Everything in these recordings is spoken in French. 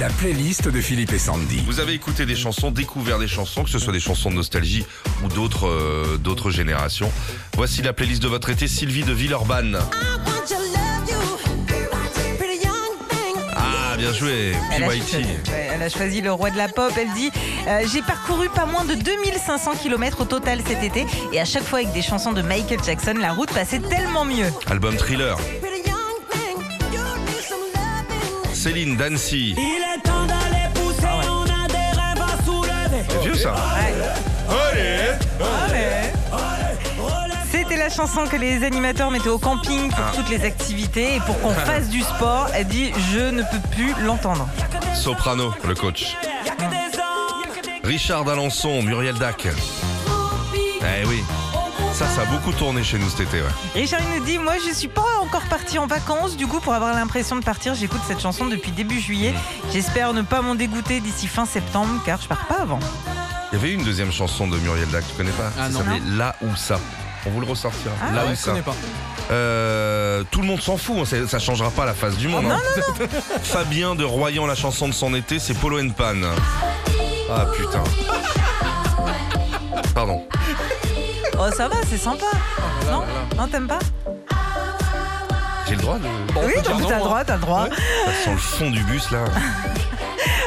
La playlist de Philippe et Sandy. Vous avez écouté des chansons, découvert des chansons, que ce soit des chansons de nostalgie ou d'autres euh, d'autres générations. Voici la playlist de votre été, Sylvie de Villeurbanne. Ah, bien joué, Elle a, PYT. choisi, ouais, elle a choisi le roi de la pop. Elle dit euh, J'ai parcouru pas moins de 2500 km au total cet été. Et à chaque fois, avec des chansons de Michael Jackson, la route passait tellement mieux. Album thriller. Céline d'Annecy. Il est temps d'aller pousser, on a des rêves à soulever. C'est vieux ça C'était la chanson que les animateurs mettaient au camping pour toutes les activités et pour qu'on fasse du sport. Elle dit Je ne peux plus l'entendre. Soprano, le coach. Y'a que des hommes, y'a que des Richard D'Alençon, Muriel Dac. Eh oui, ça, ça a beaucoup tourné chez nous cet été, ouais. Richard il nous dit Moi, je suis pas encore parti en vacances. Du coup, pour avoir l'impression de partir, j'écoute cette chanson depuis début juillet. J'espère ne pas m'en dégoûter d'ici fin septembre car je pars pas avant. Il y avait une deuxième chanson de Muriel Dac, tu connais pas Ah, Ça non. s'appelait Là ou ça. On vous le ressortira. Ah, Là ouais, ou je ça. connais pas. Euh, tout le monde s'en fout, hein, ça, ça changera pas la face du monde. hein. Fabien de Royan, la chanson de son été, c'est Polo and Pan. Ah putain. Pardon. Oh, ça va, c'est sympa. non Non, t'aimes pas J'ai le droit de. Oui, peut dire donc non, t'as le hein. droit, t'as le droit. Ça sent le fond du bus là.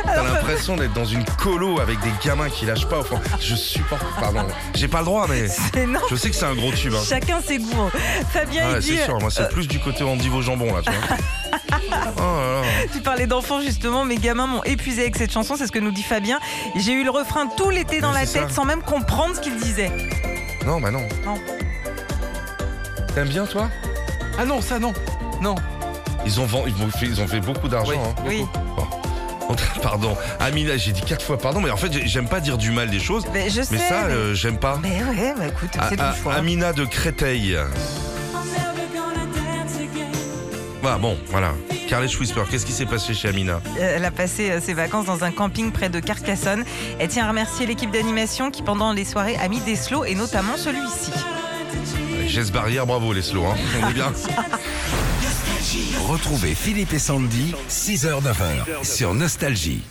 T'as l'impression d'être dans une colo avec des gamins qui lâchent pas au fond. Je supporte. Pardon. J'ai pas le droit, mais. C'est non. Je sais que c'est un gros tube. hein. Ah Chacun ses goûts. Fabien, Ouais, il dit, euh, c'est sûr, moi c'est plus du côté Andy Vaujambon là, tu vois. Oh là là. tu parlais d'enfants justement, mes gamins m'ont épuisé avec cette chanson, c'est ce que nous dit Fabien. J'ai eu le refrain tout l'été dans Mais la c'est tête ça. sans même comprendre ce qu'il disait. Non, bah non. Non. T'aimes bien toi Ah non, ça non. Non. Ils ont, vend- ils ont fait, ils ont fait beaucoup d'argent. hein. Oui. Pardon, Amina, j'ai dit quatre fois pardon, mais en fait, j'ai- j'aime pas dire du mal des choses, Mais je sais. mais ça, mais... euh, j'aime pas. mais ouais, bah écoute, c'est Ah, ton ah, choix. Amina de Créteil. Ah bon, voilà. Carles Whisper, qu'est-ce qui s'est passé chez Amina Ah, Euh, Elle a passé euh, ses vacances dans un camping près de Carcassonne. Elle tient à remercier l'équipe d'animation qui, pendant les soirées, a mis des slows et notamment celui-ci. Geste barrière, bravo les slow, hein. on est bien. Retrouvez Philippe et Sandy, 6h-9h, sur Nostalgie.